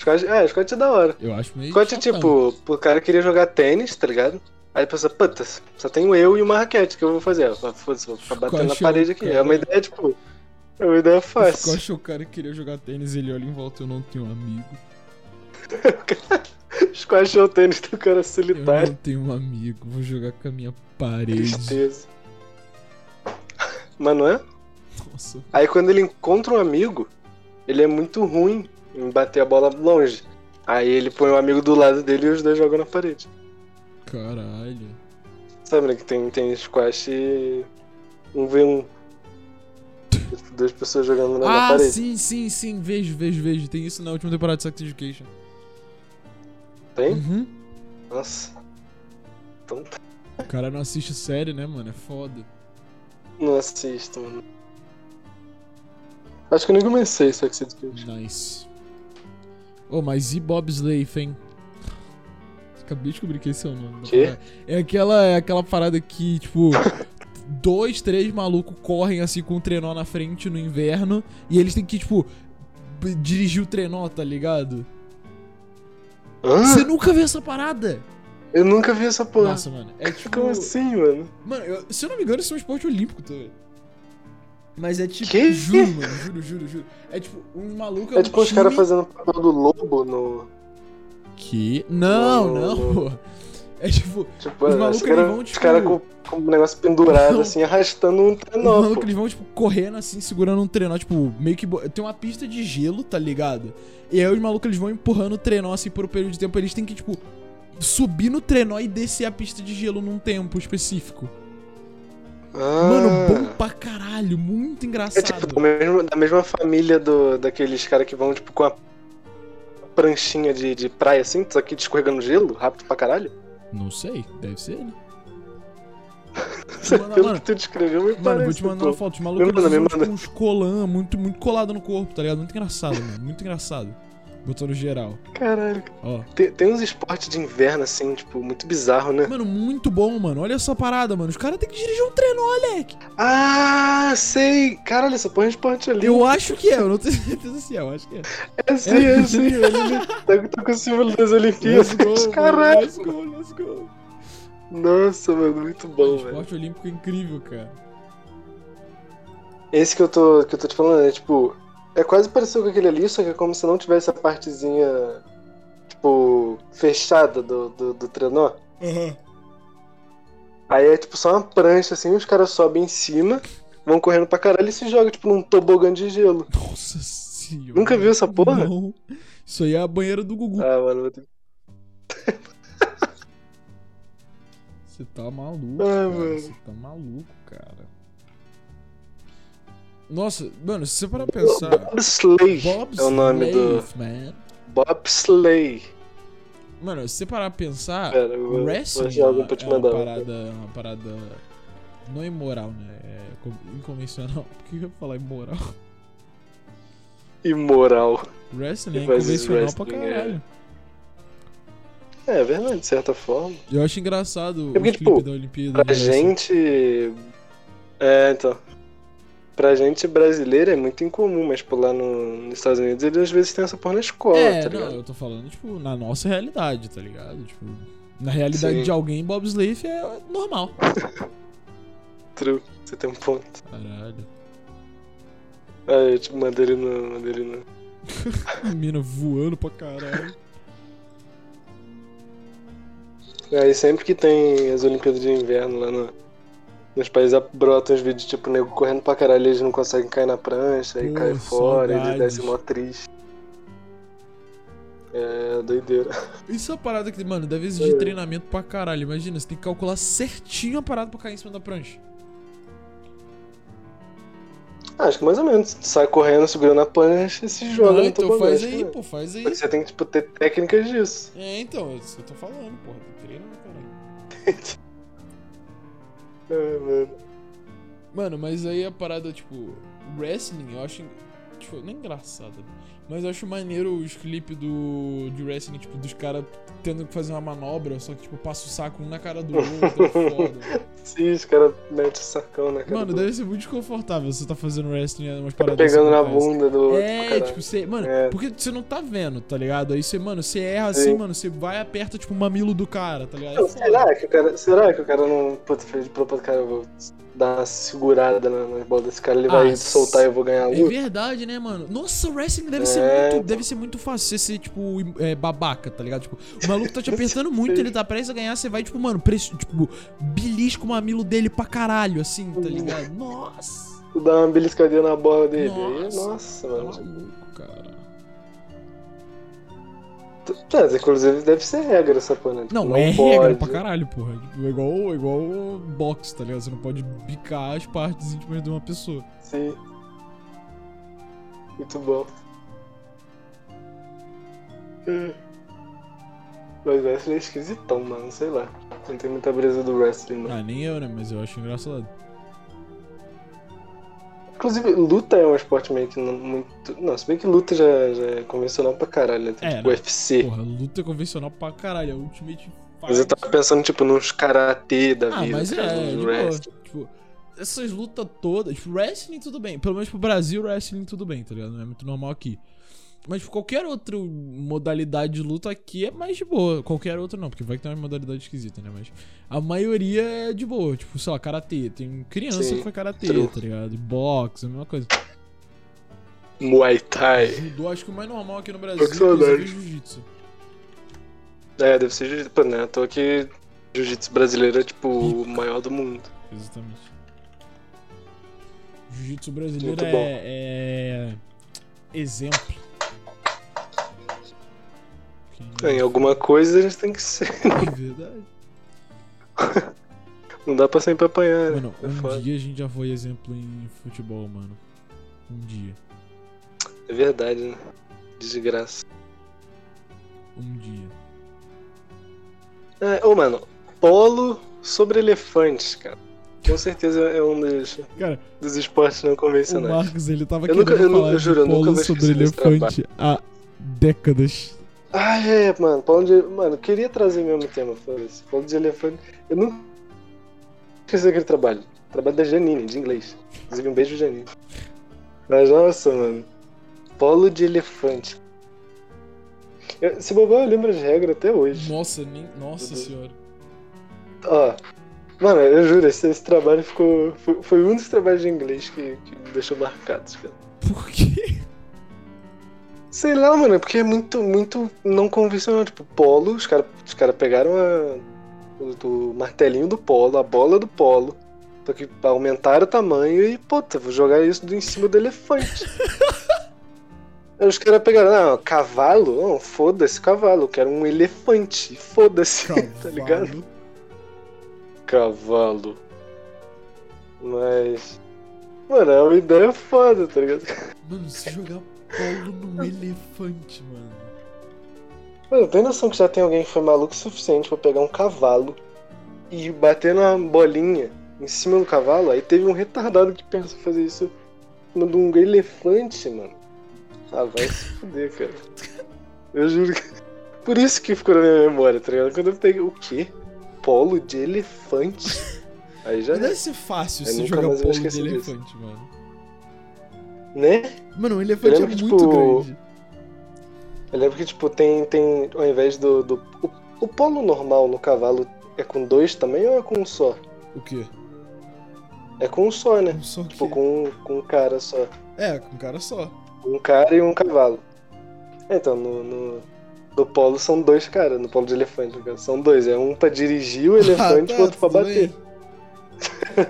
Speaker 1: Squash, é, squash é da hora.
Speaker 2: Eu acho meio.
Speaker 1: Enquanto,
Speaker 2: chatão.
Speaker 1: tipo, o cara queria jogar tênis, tá ligado? Aí pensa, puta, só tenho eu e uma raquete, o que eu vou fazer? Ah, Foda-se, vou ficar batendo na
Speaker 2: Squash é o
Speaker 1: parede aqui. É
Speaker 2: cara.
Speaker 1: uma ideia, tipo, é uma ideia
Speaker 2: O
Speaker 1: fácil.
Speaker 2: squash é o cara que queria jogar tênis, ele olha em volta, eu não tenho amigo.
Speaker 1: Squash é o tênis do cara
Speaker 2: Eu não
Speaker 1: solitário.
Speaker 2: tenho um amigo, vou jogar com a minha parede.
Speaker 1: Tristeza. Mas não é?
Speaker 2: Nossa,
Speaker 1: Aí quando ele encontra um amigo, ele é muito ruim em bater a bola longe. Aí ele põe o amigo do lado dele e os dois jogam na parede.
Speaker 2: caralho.
Speaker 1: Sabe, né, que tem, tem squash e um v um. Duas pessoas jogando na
Speaker 2: Ah,
Speaker 1: parede.
Speaker 2: sim, sim, sim. Vejo, vejo, vejo. Tem isso na última temporada de Sex Education.
Speaker 1: Tem?
Speaker 2: Uhum.
Speaker 1: Nossa. Então tá.
Speaker 2: O cara não assiste série, né, mano? É foda.
Speaker 1: Não assisto, mano. Acho que eu nem comecei Sex Education.
Speaker 2: Nice. Ô, mas e Bob Slafe, hein? Acabei de descobrir que esse é o nome. da
Speaker 1: Quê?
Speaker 2: parada. É aquela, é aquela parada que, tipo, dois, três malucos correm assim com um trenó na frente no inverno e eles têm que, tipo, b- dirigir o trenó, tá ligado? Você
Speaker 1: Hã?
Speaker 2: nunca viu essa parada?
Speaker 1: Eu nunca vi essa porra.
Speaker 2: Nossa, mano. É tipo.
Speaker 1: Como assim, mano?
Speaker 2: Mano, eu- se eu não me engano, isso é um esporte olímpico também. Mas é tipo.
Speaker 1: Quê?
Speaker 2: Juro, mano. Juro, juro, juro. É tipo, um maluco.
Speaker 1: É tipo
Speaker 2: um
Speaker 1: os caras
Speaker 2: time
Speaker 1: fazendo papel do lobo no.
Speaker 2: Que. Não,
Speaker 1: Não,
Speaker 2: não,
Speaker 1: não.
Speaker 2: porra. É tipo.
Speaker 1: Tipo,
Speaker 2: Os
Speaker 1: os
Speaker 2: malucos,
Speaker 1: malucos cara,
Speaker 2: eles vão,
Speaker 1: os
Speaker 2: tipo-
Speaker 1: caras com, com um negócio pendurado,
Speaker 2: Não.
Speaker 1: assim, arrastando um
Speaker 2: Os
Speaker 1: trenó,
Speaker 2: malucos
Speaker 1: pô.
Speaker 2: eles vão, tipo, correndo assim, segurando um trenó, tipo, meio que. bo- Tem uma pista de gelo, tá ligado? E aí os malucos eles vão empurrando o trenó assim por um período de tempo. Eles têm que, tipo, subir no trenó e descer a pista de gelo num tempo específico.
Speaker 1: Ah,
Speaker 2: Mano, bom pra caralho,
Speaker 1: É
Speaker 2: muito
Speaker 1: tipo do
Speaker 2: engraçado.
Speaker 1: mesmo- da mesma família do, daqueles caras que vão, tipo, com a pranchinha de, de praia assim, só que descorregando gelo, rápido pra caralho.
Speaker 2: Não sei, deve ser, né? manda-
Speaker 1: Pelo
Speaker 2: mano,
Speaker 1: que tu descreveu, me
Speaker 2: Mano,
Speaker 1: parece.
Speaker 2: vou te mandar
Speaker 1: pô.
Speaker 2: uma foto. Os malucos
Speaker 1: manda, me
Speaker 2: usam, tipo,
Speaker 1: manda.
Speaker 2: uns colã muito, muito colado no corpo, tá ligado? Muito engraçado, mano. Muito engraçado. Botando geral.
Speaker 1: Caralho.
Speaker 2: Ó.
Speaker 1: Tem, tem uns esportes de inverno, assim, tipo, muito bizarro, né?
Speaker 2: Mano, muito bom, mano. Olha essa parada, mano. Os caras têm que dirigir um trenó, moleque.
Speaker 1: Ah, sei! Caralho, essa porra é esporte ali.
Speaker 2: Eu acho que é, eu não tenho certeza se é, eu acho que é.
Speaker 1: É sim, é sim. Olha ali. Tá, tá com o símbolo das Olimpíadas.
Speaker 2: Let's go, mano.
Speaker 1: Caralho.
Speaker 2: let's go, let's go.
Speaker 1: Nossa, mano, muito bom, velho.
Speaker 2: Esporte olímpico é incrível, cara.
Speaker 1: Esse que eu tô, que eu tô te falando é tipo. É quase parecido com aquele ali, só que é como se não tivesse a partezinha, tipo, fechada do, do, do trenó.
Speaker 2: Uhum.
Speaker 1: Aí é tipo só uma prancha assim, os caras sobem em cima, vão correndo pra caralho e se jogam, tipo, num tobogã de gelo.
Speaker 2: Nossa senhora.
Speaker 1: Nunca viu essa porra?
Speaker 2: Não. Isso aí é a banheira do Gugu.
Speaker 1: Ah, mano, vou ter que.
Speaker 2: Você tá maluco,
Speaker 1: Ah,
Speaker 2: cara.
Speaker 1: mano.
Speaker 2: Você tá maluco, cara. Nossa, mano, se você parar pra pensar.
Speaker 1: Bob Slay
Speaker 2: Bob
Speaker 1: é o nome do.
Speaker 2: Man.
Speaker 1: Bob Slay.
Speaker 2: Mano, se você parar pra pensar,
Speaker 1: Pera, É, eu vou- vou
Speaker 2: Ah, wrestling
Speaker 1: achar algum pra te
Speaker 2: é uma
Speaker 1: mandar.
Speaker 2: parada, é uma parada não imoral, né? É co- inconvencional. Por que eu ia falar imoral?
Speaker 1: Imoral.
Speaker 2: Wrestling é
Speaker 1: Mas
Speaker 2: inconvencional pra
Speaker 1: wrestling é-
Speaker 2: caralho.
Speaker 1: É, é verdade, de certa forma.
Speaker 2: Eu acho engraçado o
Speaker 1: porque,
Speaker 2: clipe
Speaker 1: tipo,
Speaker 2: da Olimpíada.
Speaker 1: Pra
Speaker 2: de wrestling.
Speaker 1: gente. É, então. Pra gente brasileira é muito incomum, mas tipo, lá no- nos Estados Unidos eles às vezes têm essa porra na escola,
Speaker 2: É,
Speaker 1: tá
Speaker 2: não,
Speaker 1: ligado?
Speaker 2: eu tô falando, tipo, na nossa realidade, tá ligado? Tipo, na realidade
Speaker 1: Sim.
Speaker 2: de alguém, Bob Slave é normal.
Speaker 1: True, você tem um ponto.
Speaker 2: Caralho.
Speaker 1: Ah, eu te mandei ele no. Mandei ele no...
Speaker 2: Mina voando pra caralho.
Speaker 1: Aí sempre que tem as Olimpíadas de Inverno lá no- nos países ah, brotam os vídeos, tipo, nego correndo pra caralho, eles não conseguem cair na prancha, aí
Speaker 2: Pô,
Speaker 1: cai fora, eles
Speaker 2: saudades.
Speaker 1: descem mó triste. É, doideira.
Speaker 2: Isso é uma parada que, mano, deve exigir
Speaker 1: É.
Speaker 2: treinamento pra caralho. Imagina, você tem que calcular certinho a parada pra cair em cima da prancha.
Speaker 1: Ah, acho que mais ou menos. Tu sai correndo, segurando a prancha e se joga
Speaker 2: Ah,
Speaker 1: no
Speaker 2: então faz
Speaker 1: tobogã, acho que é.
Speaker 2: aí,
Speaker 1: não.
Speaker 2: pô, faz aí.
Speaker 1: Só que Você tem que, tipo, ter técnicas disso.
Speaker 2: É, então, é isso que eu tô falando, porra. Tem treino, né, caralho.
Speaker 1: É, mano.
Speaker 2: Mano, mas aí a parada, tipo, wrestling, eu acho. en- Tipo, não é engraçado, né? Mas eu acho maneiro os clipes do. de wrestling, tipo, dos caras tendo que fazer uma manobra, só que, tipo, passa o saco um na cara do outro, é foda.
Speaker 1: Sim, os caras metem o sacão na cara. do...
Speaker 2: Mano, deve ser muito desconfortável você tá fazendo wrestling e umas
Speaker 1: Fica
Speaker 2: paradas.
Speaker 1: pegando
Speaker 2: assim
Speaker 1: na
Speaker 2: acontecem.
Speaker 1: bunda do outro.
Speaker 2: É,
Speaker 1: caralho.
Speaker 2: tipo, você. Mano,
Speaker 1: É.
Speaker 2: porque você não tá vendo, tá ligado? Aí você, mano, você erra
Speaker 1: Sim.
Speaker 2: assim, mano, você vai e aperta, tipo, o mamilo do cara, tá ligado? É
Speaker 1: Não,
Speaker 2: foda.
Speaker 1: será, que o cara, será que o cara não. Puta, fez de propósito, cara, eu vou dar uma segurada na, na bola desse cara, ele
Speaker 2: Ah,
Speaker 1: vai
Speaker 2: s-
Speaker 1: soltar e eu vou ganhar a
Speaker 2: É
Speaker 1: luta.
Speaker 2: verdade, né, mano? Nossa, o wrestling deve,
Speaker 1: É.
Speaker 2: ser muito, deve ser muito fácil você ser, tipo, im- é, babaca, tá ligado? Tipo, o maluco tá te apertando muito, ele tá prestes a ganhar, você vai, tipo, mano, preço, tipo, belisca o mamilo dele pra caralho, assim, tá ligado? Nossa!
Speaker 1: Tu dá uma beliscadinha na bola dele. Aí,
Speaker 2: Nossa.
Speaker 1: nossa
Speaker 2: Tá
Speaker 1: mano.
Speaker 2: maluco, cara.
Speaker 1: Tá, inclusive deve ser regra essa porra, né? Tipo,
Speaker 2: Não, é regra
Speaker 1: pode.
Speaker 2: pra caralho, porra. Tipo, É igual, é igual boxe, tá ligado? Você não pode bicar as partes íntimas de uma pessoa.
Speaker 1: Sim. Muito bom. Hum. Mas wrestling é esquisitão, mano, sei lá. Não tem muita brisa do wrestling, não.
Speaker 2: Ah, nem eu, né? Mas eu acho engraçado.
Speaker 1: Inclusive, luta é um esporte meio que não muito. Não, se bem que luta já, já é convencional pra caralho, né? Tem
Speaker 2: É,
Speaker 1: tipo
Speaker 2: né?
Speaker 1: UFC.
Speaker 2: Porra, luta convencional pra caralho. É Ultimate
Speaker 1: Mas eu
Speaker 2: Fighter.
Speaker 1: tava pensando, tipo, nos karatê da
Speaker 2: Ah,
Speaker 1: vida.
Speaker 2: mas
Speaker 1: cara,
Speaker 2: é,
Speaker 1: nos
Speaker 2: de boa.
Speaker 1: wrestling.
Speaker 2: Tipo, essas lutas todas. Tipo, wrestling tudo bem. Pelo menos pro Brasil, wrestling tudo bem, tá ligado? Não é muito normal aqui. Mas tipo, qualquer outra modalidade de luta aqui é mais de boa. Qualquer outra não, porque vai que tem uma modalidade esquisita, né? Mas a maioria é de boa. Tipo, sei lá, karatê. Tem criança
Speaker 1: Sim,
Speaker 2: que foi karatê,
Speaker 1: true.
Speaker 2: tá ligado? Boxe, a mesma coisa.
Speaker 1: Muay Thai.
Speaker 2: Judô, acho que o mais normal aqui no Brasil
Speaker 1: que saudade.
Speaker 2: inclusive, é jiu-jitsu.
Speaker 1: É, deve ser jiu-jitsu. Pô, né? Eu tô aqui. Jiu-jitsu brasileiro é, tipo, o maior do mundo.
Speaker 2: Exatamente. Jiu-jitsu brasileiro
Speaker 1: Muito bom.
Speaker 2: é, é exemplo.
Speaker 1: É, Em alguma coisa a gente tem que ser.
Speaker 2: É verdade.
Speaker 1: Não dá pra sempre apanhar. né?
Speaker 2: Mano,
Speaker 1: É foda.
Speaker 2: um dia a gente já foi exemplo em futebol, mano. Um dia.
Speaker 1: É verdade, né? Desgraça.
Speaker 2: Um dia.
Speaker 1: É, ô, mano, polo sobre elefantes, cara. Com certeza é um dos,
Speaker 2: Cara,
Speaker 1: dos esportes não
Speaker 2: o
Speaker 1: convencionais.
Speaker 2: Marcos, ele tava
Speaker 1: Eu
Speaker 2: querendo
Speaker 1: nunca- eu nu-
Speaker 2: falar
Speaker 1: eu juro, eu
Speaker 2: de
Speaker 1: nunca
Speaker 2: polo
Speaker 1: vou
Speaker 2: sobre
Speaker 1: esquecer desse
Speaker 2: elefante há décadas.
Speaker 1: Ah, é, mano. Polo de. Mano, queria trazer mesmo o tema, foda-se. Polo de elefante. Eu nunca esqueci aquele trabalho. O trabalho da Janine, de inglês. Inclusive, um beijo, Janine. Mas, nossa, mano. Polo de elefante. Eu- se bobear, eu lembro as regras até hoje.
Speaker 2: Nossa, nem... Nossa
Speaker 1: Uhum.
Speaker 2: senhora.
Speaker 1: Ó. Mano, eu juro, esse, esse trabalho ficou. Foi, foi um dos trabalhos de inglês que, que me deixou marcados, cara.
Speaker 2: Por quê?
Speaker 1: Sei lá, mano, é porque é muito, muito não convencional. Tipo, polo, os caras os cara pegaram a- o, do martelinho do polo, a bola do polo. Só que aumentaram o tamanho e, puta, vou jogar isso do- em cima do elefante. Aí os caras pegaram, não, cavalo? Não, foda-se, cavalo, eu quero um elefante. e Foda-se, tá ligado? Cavalo. Mas. Mano, é uma ideia foda, tá ligado?
Speaker 2: Mano, se jogar polo num elefante, mano.
Speaker 1: Mano, tem noção que já tem alguém que foi maluco o suficiente pra pegar um cavalo e bater na bolinha em cima do cavalo? Aí teve um retardado que pensou em fazer isso em cima de um elefante, mano. Ah, vai se fuder, cara. Eu juro que. Por isso que ficou na minha memória, tá ligado? Quando eu peguei. O quê? Polo de elefante? Aí já.
Speaker 2: Mas deve é ser fácil
Speaker 1: Eu
Speaker 2: se
Speaker 1: nunca
Speaker 2: jogar
Speaker 1: mais vou
Speaker 2: polo de
Speaker 1: esquecer disso.
Speaker 2: elefante, mano.
Speaker 1: Né?
Speaker 2: Mano, um elefante é
Speaker 1: lembro que,
Speaker 2: muito
Speaker 1: tipo,
Speaker 2: grande.
Speaker 1: Eu lembro que, tipo, tem. tem ao invés do. do o, o polo normal no cavalo é com dois também ou é com um só?
Speaker 2: O quê?
Speaker 1: É com um só, né?
Speaker 2: Um só que...
Speaker 1: Tipo, com, com um cara só.
Speaker 2: É, com um cara só.
Speaker 1: Um cara e um cavalo. Então, no, no, no polo são dois caras, no polo de elefante, no caso. são dois. É um pra dirigir o elefante e
Speaker 2: Ah,
Speaker 1: o outro pra
Speaker 2: tudo
Speaker 1: bater.
Speaker 2: bem.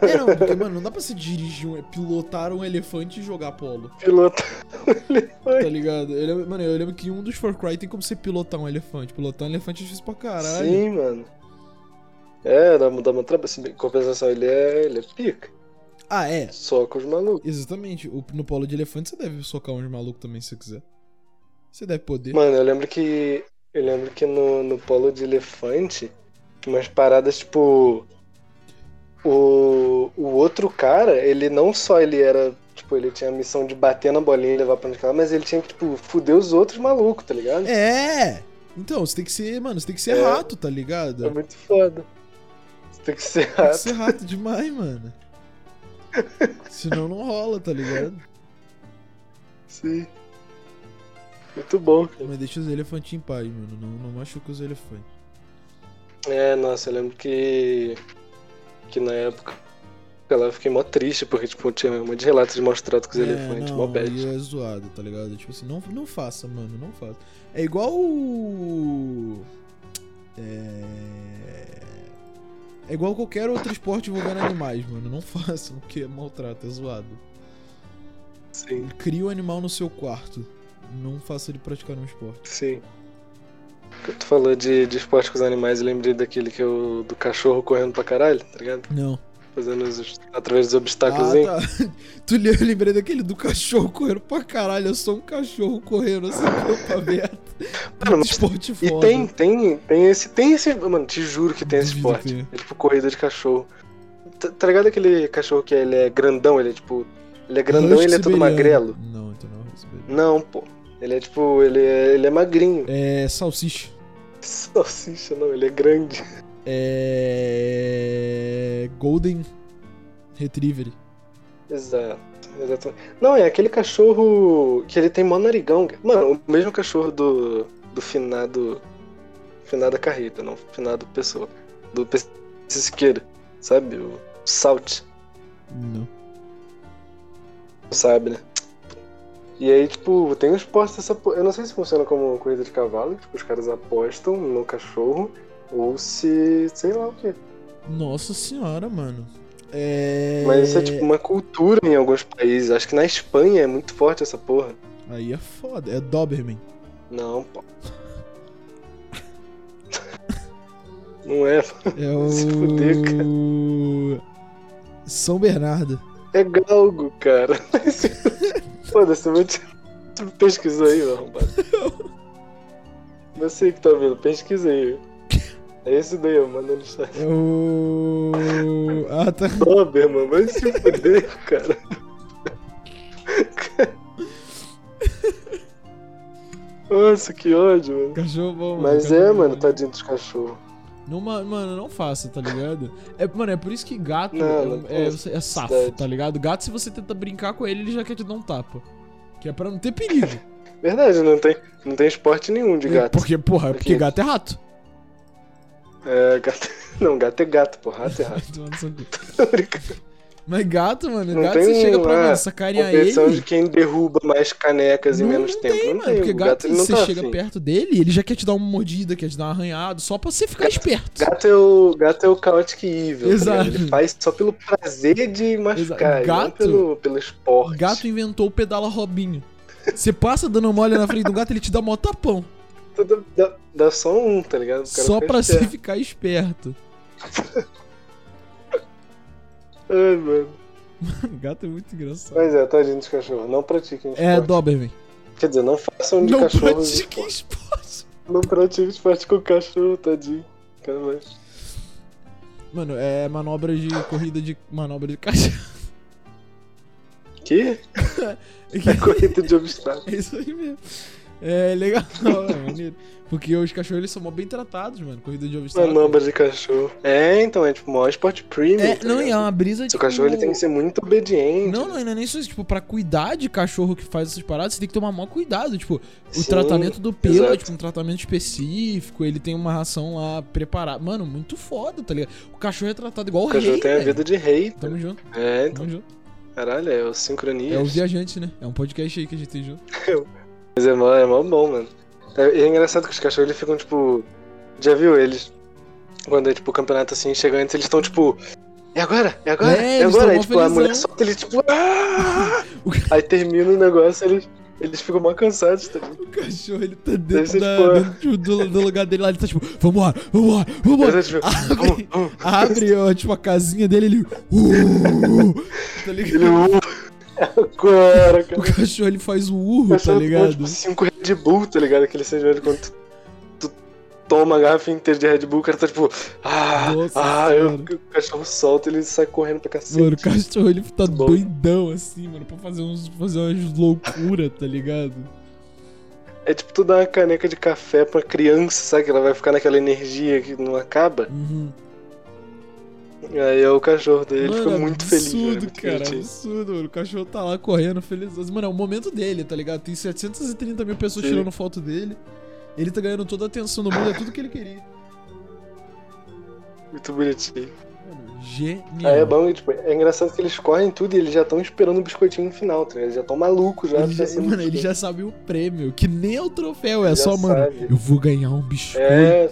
Speaker 2: É, não, porque, mano, não dá pra você dirigir um, pilotar um elefante e jogar polo,
Speaker 1: Piloto.
Speaker 2: tá ligado? Eu lembro- mano, eu lembro que em um dos Far Cry tem como você pilotar um elefante. Pilotar um elefante é difícil pra caralho.
Speaker 1: Sim, mano. É, dá, dá uma traba. Se bem que, compensação, ele é, ele é pica.
Speaker 2: Ah, é.
Speaker 1: Só com os malucos.
Speaker 2: Exatamente. O- no polo de elefante você deve socar uns malucos também se você quiser. Você deve poder.
Speaker 1: Mano, eu lembro que. Eu lembro que no, no polo de elefante, umas paradas tipo. O, o outro cara, ele não só ele era. Tipo, ele tinha a missão de bater na bolinha e levar pra onde que ela, mas ele tinha que, tipo, fuder os outros malucos, tá ligado?
Speaker 2: É! Então, você tem que ser, mano, você tem que ser
Speaker 1: É.
Speaker 2: rato, tá ligado?
Speaker 1: É muito foda. Você tem que ser
Speaker 2: Tem que
Speaker 1: rato.
Speaker 2: ser rato demais, mano. Senão não rola, tá ligado?
Speaker 1: Sim. Muito bom.
Speaker 2: Mas deixa os elefantes em paz, mano. Não, não machuca os elefantes.
Speaker 1: É, nossa, eu lembro que. Que na época. Sei lá, eu fiquei mó triste, porque, tipo, tinha um monte de relatos de maus tratos com os
Speaker 2: É,
Speaker 1: elefantes, mó
Speaker 2: não,
Speaker 1: bad.
Speaker 2: aí é zoado, tá ligado? Tipo assim, não, não faça, mano, não faça. É igual o... É... É igual qualquer outro esporte envolvendo animais, mano. Não faça, porque é maltrato, é zoado.
Speaker 1: Sim.
Speaker 2: Cria o animal no seu quarto. Não faça ele praticar um esporte.
Speaker 1: Sim. Tu falou de, de esporte com os animais, eu lembrei daquele que é o do cachorro correndo pra caralho, tá ligado?
Speaker 2: Não.
Speaker 1: Fazendo os, através dos obstáculos. hein?
Speaker 2: Ah, tá. Tu leu, eu lembrei daquele do cachorro correndo pra caralho. Eu sou um cachorro correndo assim, campo aberto.
Speaker 1: Mano, mas-
Speaker 2: esporte
Speaker 1: E
Speaker 2: tá. foda.
Speaker 1: tem, tem, tem esse, tem esse, mano, te juro que tem esse
Speaker 2: Duvido
Speaker 1: esporte.
Speaker 2: ter.
Speaker 1: É tipo corrida de cachorro. Tá, tá ligado aquele cachorro que ele é grandão, ele é tipo, ele é grandão e
Speaker 2: Husky
Speaker 1: ele é todo
Speaker 2: siberiano.
Speaker 1: magrelo?
Speaker 2: Não, então não é Husky siberiano.
Speaker 1: Não, pô. Ele é tipo, ele é, ele é magrinho.
Speaker 2: É salsicha.
Speaker 1: Salsicha, não, ele é grande.
Speaker 2: É... Golden Retriever.
Speaker 1: Exato, exatamente. Não, é aquele cachorro que ele tem mó narigão. cara. Mano, o mesmo cachorro do, do finado. Finada carreta, não finado pessoa. Do PC Siqueira, sabe? O Salt,
Speaker 2: Não.
Speaker 1: sabe, né? E aí, tipo, tem uns postos dessa. po- Eu não sei se funciona como corrida de cavalo, que, tipo, os caras apostam no cachorro, ou se. sei lá o quê.
Speaker 2: Nossa senhora, mano. É...
Speaker 1: Mas isso é, tipo, uma cultura em alguns países. Acho que na Espanha é muito forte essa porra.
Speaker 2: Aí é foda. É Doberman.
Speaker 1: Não, pô. Não é.
Speaker 2: É o.
Speaker 1: Se fuder,
Speaker 2: São Bernardo.
Speaker 1: É galgo, cara. Foda-se, eu vou te... Tu pesquisa aí, meu arrombado. Você que tá vendo, pesquisa aí. É esse daí, ó, manda no chat.
Speaker 2: É o. Ah, tá.
Speaker 1: Dober, mano, vai se fuder, cara. Nossa, que ódio, mano.
Speaker 2: Cachorro bom, mano.
Speaker 1: Mas
Speaker 2: Cachorro
Speaker 1: é,
Speaker 2: bom,
Speaker 1: mano,
Speaker 2: né?
Speaker 1: tadinho dos cachorros.
Speaker 2: Não, ma- mano, não faça, tá ligado? É, mano, é por isso que gato
Speaker 1: Não,
Speaker 2: é,
Speaker 1: não
Speaker 2: é-
Speaker 1: tem
Speaker 2: é safo,
Speaker 1: necessidade.
Speaker 2: tá ligado? Gato, se você tenta brincar com ele, ele já quer te dar um tapa. Que é pra não ter perigo.
Speaker 1: Verdade, não tem, não tem esporte nenhum de gato.
Speaker 2: Porque, porra, é porque
Speaker 1: Porque-
Speaker 2: gato é rato.
Speaker 1: É, gato. Não, gato é gato, pô. Rato é rato.
Speaker 2: Tomando seu cu.
Speaker 1: Tô brincando.
Speaker 2: Mas gato, mano,
Speaker 1: Não
Speaker 2: gato
Speaker 1: tem
Speaker 2: você chega
Speaker 1: uma
Speaker 2: pra mano, sacanear ele.
Speaker 1: Competição de quem derruba mais canecas em menos tempo.
Speaker 2: tem,
Speaker 1: não
Speaker 2: mano,
Speaker 1: tem,
Speaker 2: porque
Speaker 1: o
Speaker 2: gato,
Speaker 1: gato ele não
Speaker 2: você
Speaker 1: tá
Speaker 2: chega
Speaker 1: afim.
Speaker 2: perto dele, ele já quer te dar uma mordida, quer te dar um arranhado, só pra você ficar esperto.
Speaker 1: Gato é o, gato é o Chaotic Evil. tá
Speaker 2: Exato.
Speaker 1: ligado? Ele faz só pelo prazer de machucar, e não
Speaker 2: Gato-
Speaker 1: pelo, pelo esporte.
Speaker 2: Gato inventou o pedala Robinho. Você passa dando uma olhada na frente do gato, ele te dá mó tapão.
Speaker 1: Tudo dá, dá só um, tá ligado? O cara
Speaker 2: Só
Speaker 1: fica
Speaker 2: pra você
Speaker 1: esperto.
Speaker 2: ficar esperto.
Speaker 1: Ai, mano.
Speaker 2: Gato é muito engraçado.
Speaker 1: Mas é, tadinho dos cachorros. Não pratiquem esporte.
Speaker 2: É, Doberman.
Speaker 1: Quer dizer, não façam de
Speaker 2: Não
Speaker 1: cachorro.
Speaker 2: pratique esporte.
Speaker 1: Não pratique esporte com cachorro, tadinho. Cara, mas...
Speaker 2: Mano, é manobra de corrida de. Manobra de cachorro.
Speaker 1: Que? É corrida de obstáculos.
Speaker 2: É isso aí mesmo. É legal, é maneiro. Porque os cachorros eles são mó bem tratados, mano. Corrida de obstáculo.
Speaker 1: Manobra de cachorro. É, então, é tipo o maior esporte premium.
Speaker 2: É,
Speaker 1: tá
Speaker 2: não, e é
Speaker 1: ligado?
Speaker 2: uma brisa de.
Speaker 1: Seu cachorro ele tem né? que ser muito obediente.
Speaker 2: Não, não, e não é nem só isso. Tipo, pra cuidar de cachorro que faz essas paradas, você tem que tomar maior cuidado. Tipo, o
Speaker 1: Sim,
Speaker 2: tratamento do pelo é
Speaker 1: exato.
Speaker 2: tipo um tratamento específico, ele tem uma ração lá preparada. Mano, muito foda, tá ligado? O cachorro é tratado igual
Speaker 1: O
Speaker 2: o rei.
Speaker 1: cachorro tem a
Speaker 2: velho.
Speaker 1: vida de rei.
Speaker 2: Tamo junto,
Speaker 1: É, então,
Speaker 2: tamo junto.
Speaker 1: caralho, é o sincronia.
Speaker 2: É o viajante, né? É um podcast aí que a gente tem junto.
Speaker 1: Mas é mó, é mó bom, mano. É, e é engraçado que os cachorros eles ficam, tipo. Já viu eles? Quando é tipo o campeonato assim, chega antes, eles estão tipo. É agora, é agora,
Speaker 2: É,
Speaker 1: é,
Speaker 2: eles tão
Speaker 1: agora. Aí,
Speaker 2: mó
Speaker 1: tipo, a
Speaker 2: felizão.
Speaker 1: mulher solta eles, tipo. "Ah!" Aí termina o negócio, eles, eles ficam mó cansados, tá ligado?
Speaker 2: O cachorro, ele tá
Speaker 1: Deve
Speaker 2: dentro,
Speaker 1: ser
Speaker 2: da-
Speaker 1: tipo-
Speaker 2: dentro do, do lugar dele lá, ele tá tipo, vambora, vambora,
Speaker 1: Eles
Speaker 2: vambora.
Speaker 1: são, tipo, "Vamos,
Speaker 2: Abre,
Speaker 1: vamos."
Speaker 2: abre, ó, tipo, a casinha dele, ele. Uh, tá ligado?
Speaker 1: Ele, "Uh, é agora, cara.
Speaker 2: O cachorro ele faz o urro, tá
Speaker 1: Cachorro toma,
Speaker 2: ligado?
Speaker 1: Tipo, cinco Red Bull, tá ligado? Aquele cerveja quando tu, tu toma a garrafa inteira de Red Bull, o cara tá tipo. Ah,
Speaker 2: Nossa
Speaker 1: ah, eu-
Speaker 2: senhora.
Speaker 1: o cachorro solta ele sai correndo pra cacete.
Speaker 2: Mano, o cachorro ele tá
Speaker 1: Bom.
Speaker 2: doidão assim, mano, pra fazer, uns, fazer umas loucuras, tá ligado?
Speaker 1: É tipo tu dar uma caneca de café pra criança, sabe? Que ela vai ficar naquela energia que não acaba.
Speaker 2: Uhum.
Speaker 1: Aí é o cachorro dele, ele
Speaker 2: mano,
Speaker 1: fica muito
Speaker 2: absurdo,
Speaker 1: feliz. velho, é muito
Speaker 2: cara,
Speaker 1: divertido.
Speaker 2: absurdo, mano. O cachorro tá lá correndo, feliz. Mano, é o momento dele, tá ligado? Tem 730 mil pessoas
Speaker 1: Sim.
Speaker 2: tirando foto dele. Ele tá ganhando toda a atenção do mundo, é tudo que ele queria.
Speaker 1: Muito bonitinho.
Speaker 2: Mano, genial.
Speaker 1: Aí é bom, e, tipo, é engraçado que eles correm tudo e eles já estão esperando o biscoitinho no final, tá ligado? Eles já estão malucos já.
Speaker 2: Ele já,
Speaker 1: pensando no
Speaker 2: mano, ele
Speaker 1: biscoito.
Speaker 2: já sabe o prêmio, que nem é o troféu, é
Speaker 1: Ele
Speaker 2: só,
Speaker 1: já
Speaker 2: mano,
Speaker 1: sabe.
Speaker 2: eu vou ganhar um biscoito.
Speaker 1: É.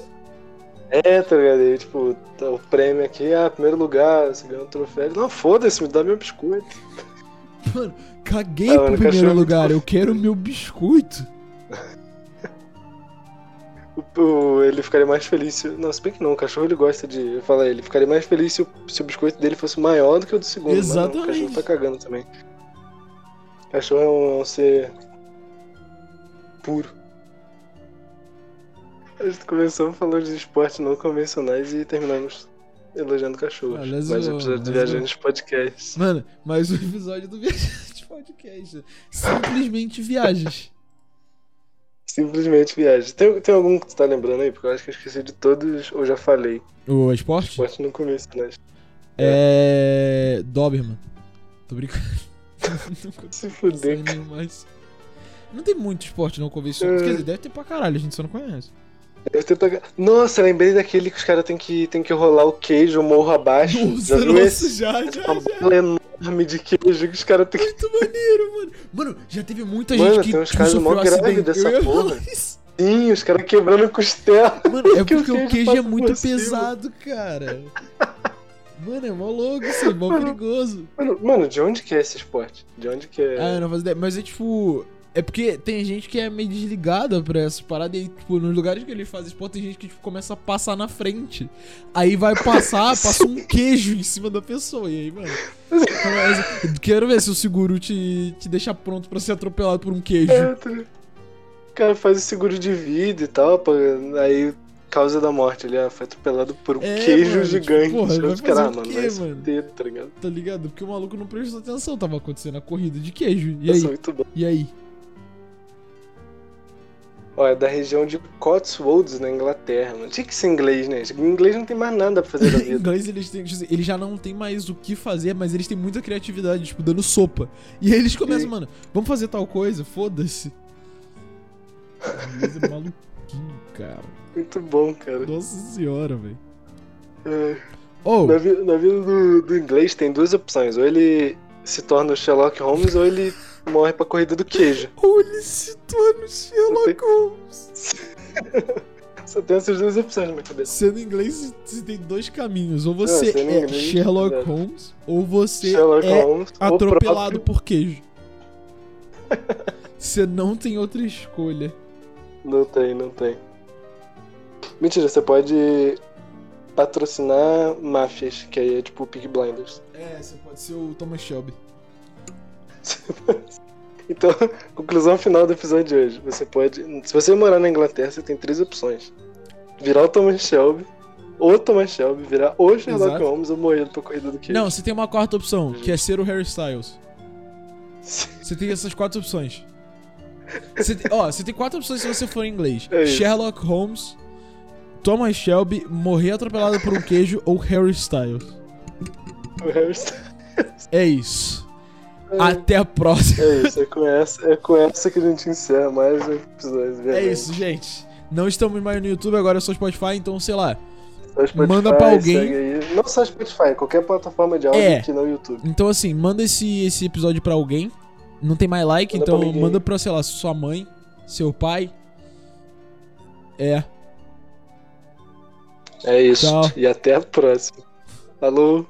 Speaker 1: É, tá ligado? E, tipo, tá o prêmio aqui, ah, primeiro lugar, você ganhou um troféu. Não, foda-se, me dá meu biscoito.
Speaker 2: Mano, caguei
Speaker 1: Ah, mano, o cachorro
Speaker 2: pro
Speaker 1: é
Speaker 2: primeiro
Speaker 1: muito
Speaker 2: lugar, eu
Speaker 1: fofo.
Speaker 2: quero meu biscoito.
Speaker 1: O- o- ele ficaria mais feliz se. Não, se bem que não, o cachorro ele gosta de. Fala, ele ficaria mais feliz se o, se o biscoito dele fosse maior do que o do segundo. mas não,
Speaker 2: Exatamente.
Speaker 1: o cachorro tá cagando também. Cachorro é um, é um ser. puro. A gente começou falando de esportes não convencionais e terminamos elogiando cachorros.
Speaker 2: Aliás,
Speaker 1: Mais
Speaker 2: eu-
Speaker 1: um episódio do
Speaker 2: aliás, eu-
Speaker 1: Viajantes Podcast.
Speaker 2: Mano, mais um episódio do Viajante Podcast. Simplesmente viagens.
Speaker 1: Simplesmente viagem. Tem, tem algum que tu tá lembrando aí? Porque eu acho que eu esqueci de todos, ou já falei.
Speaker 2: O esporte?
Speaker 1: Esporte não convencionais.
Speaker 2: É. Doberman. Tô brincando. Não
Speaker 1: Se
Speaker 2: consigo
Speaker 1: fuder,
Speaker 2: pensar em nenhum mais. Não tem muito esporte não convencional.
Speaker 1: É.
Speaker 2: Quer dizer, deve ter pra caralho, a gente só não conhece.
Speaker 1: Deve ter tocado- Nossa, lembrei daquele que os caras tem que, tem que rolar o queijo morro abaixo. já
Speaker 2: Nossa,
Speaker 1: viu
Speaker 2: nossa,
Speaker 1: esse?
Speaker 2: já, já,
Speaker 1: Uma
Speaker 2: já.
Speaker 1: bola enorme de queijo que os caras tem que.
Speaker 2: Muito maneiro, mano. Mano, já teve muita
Speaker 1: Mano,
Speaker 2: gente que
Speaker 1: tem uns
Speaker 2: tipo,
Speaker 1: casos
Speaker 2: sofreu
Speaker 1: mó
Speaker 2: acidente.
Speaker 1: grave dessa
Speaker 2: Eu ia falar
Speaker 1: porra.
Speaker 2: isso.
Speaker 1: Sim, os caras quebrando costela.
Speaker 2: Mano, é
Speaker 1: Que o
Speaker 2: porque o
Speaker 1: queijo
Speaker 2: queijo
Speaker 1: passa
Speaker 2: é muito
Speaker 1: por cima.
Speaker 2: pesado, cara. Mano, é mó louco isso, é mó
Speaker 1: Mano,
Speaker 2: perigoso.
Speaker 1: Mano, mano, de onde que é esse esporte? De onde que é.
Speaker 2: Ah, eu não faço ideia. Mas é tipo. É porque tem gente que é meio desligada pra essas paradas e, tipo, nos lugares que ele faz esporte, tem gente que, tipo, começa a passar na frente. Aí vai passar, passa um queijo em cima da pessoa. E aí, mano. Então, Mas, quero ver se o seguro te, te deixa pronto pra ser atropelado por um queijo.
Speaker 1: É, tá ligado? O cara faz o seguro de vida e tal, pô, aí causa da morte, ele ah, foi atropelado por um
Speaker 2: É,
Speaker 1: queijo
Speaker 2: mano, tipo,
Speaker 1: gigante.
Speaker 2: porra, vai
Speaker 1: Os caras,
Speaker 2: fazer
Speaker 1: ah,
Speaker 2: o
Speaker 1: mano,
Speaker 2: quê,
Speaker 1: vai se
Speaker 2: mano?
Speaker 1: fuder, tá ligado?
Speaker 2: Tá ligado? Porque o maluco não prestou atenção, tava acontecendo a corrida de queijo. E
Speaker 1: Eu sou
Speaker 2: aí?
Speaker 1: muito bom.
Speaker 2: E aí?
Speaker 1: Ó, é da região de Cotswolds, na Inglaterra, mano. Tinha que ser inglês, né? Em inglês não tem mais nada pra fazer na
Speaker 2: Em
Speaker 1: vida.
Speaker 2: inglês eles têm, tipo assim, eles já não tem mais o que fazer, mas eles têm muita criatividade, tipo, dando sopa. E aí eles começam,
Speaker 1: E-
Speaker 2: mano, vamos fazer tal coisa, foda-se. Inglês é maluquinho, cara.
Speaker 1: Muito bom, cara.
Speaker 2: Nossa senhora, velho.
Speaker 1: É.
Speaker 2: Oh,
Speaker 1: Na, vi- na vida do, do inglês tem duas opções. Ou ele se torna o Sherlock Holmes ou ele morre pra corrida do queijo.
Speaker 2: olha esse torno Sherlock Holmes.
Speaker 1: Só tem essas duas opções na minha cabeça.
Speaker 2: Sendo inglês, você tem dois caminhos. Ou você
Speaker 1: sendo
Speaker 2: é
Speaker 1: inglês,
Speaker 2: Sherlock
Speaker 1: é.
Speaker 2: Holmes, ou você
Speaker 1: Sherlock
Speaker 2: é
Speaker 1: Holmes ou próprio.
Speaker 2: atropelado por queijo. Você não tem outra escolha.
Speaker 1: Não tem, não tem. Mentira, você pode patrocinar máfias, que aí é tipo Pig Blinders.
Speaker 2: É, você pode ser o Thomas Shelby.
Speaker 1: Então, conclusão final do episódio de hoje. Você pode. Se você morar na Inglaterra, você tem três opções: virar o Thomas Shelby, ou o Thomas Shelby, virar o Sherlock
Speaker 2: Exato.
Speaker 1: Holmes ou morrer pra corrida do queijo.
Speaker 2: Não, você tem uma quarta opção, que é ser o Harry Styles. Você tem essas quatro opções. Você tem- ó, você tem quatro opções se você for em inglês.
Speaker 1: É isso.
Speaker 2: Sherlock Holmes, Thomas Shelby, morrer atropelado por um queijo ou Harry Styles.
Speaker 1: O Harrison-
Speaker 2: É isso. Até a próxima.
Speaker 1: É isso, é com essa, é com essa que a gente encerra mais um episódio.
Speaker 2: É
Speaker 1: verdade.
Speaker 2: isso, gente. Não estamos mais no YouTube, agora é só Spotify, então sei lá.
Speaker 1: Só Spotify,
Speaker 2: Manda pra alguém.
Speaker 1: segue aí. Não só Spotify, qualquer plataforma de áudio
Speaker 2: É.
Speaker 1: que não YouTube.
Speaker 2: Então assim, manda esse, esse episódio pra alguém. Não tem mais like,
Speaker 1: Manda pra
Speaker 2: então
Speaker 1: ninguém.
Speaker 2: manda pra, sei lá, sua mãe, seu pai. É.
Speaker 1: É isso.
Speaker 2: Tchau.
Speaker 1: É E até a próxima. Falou.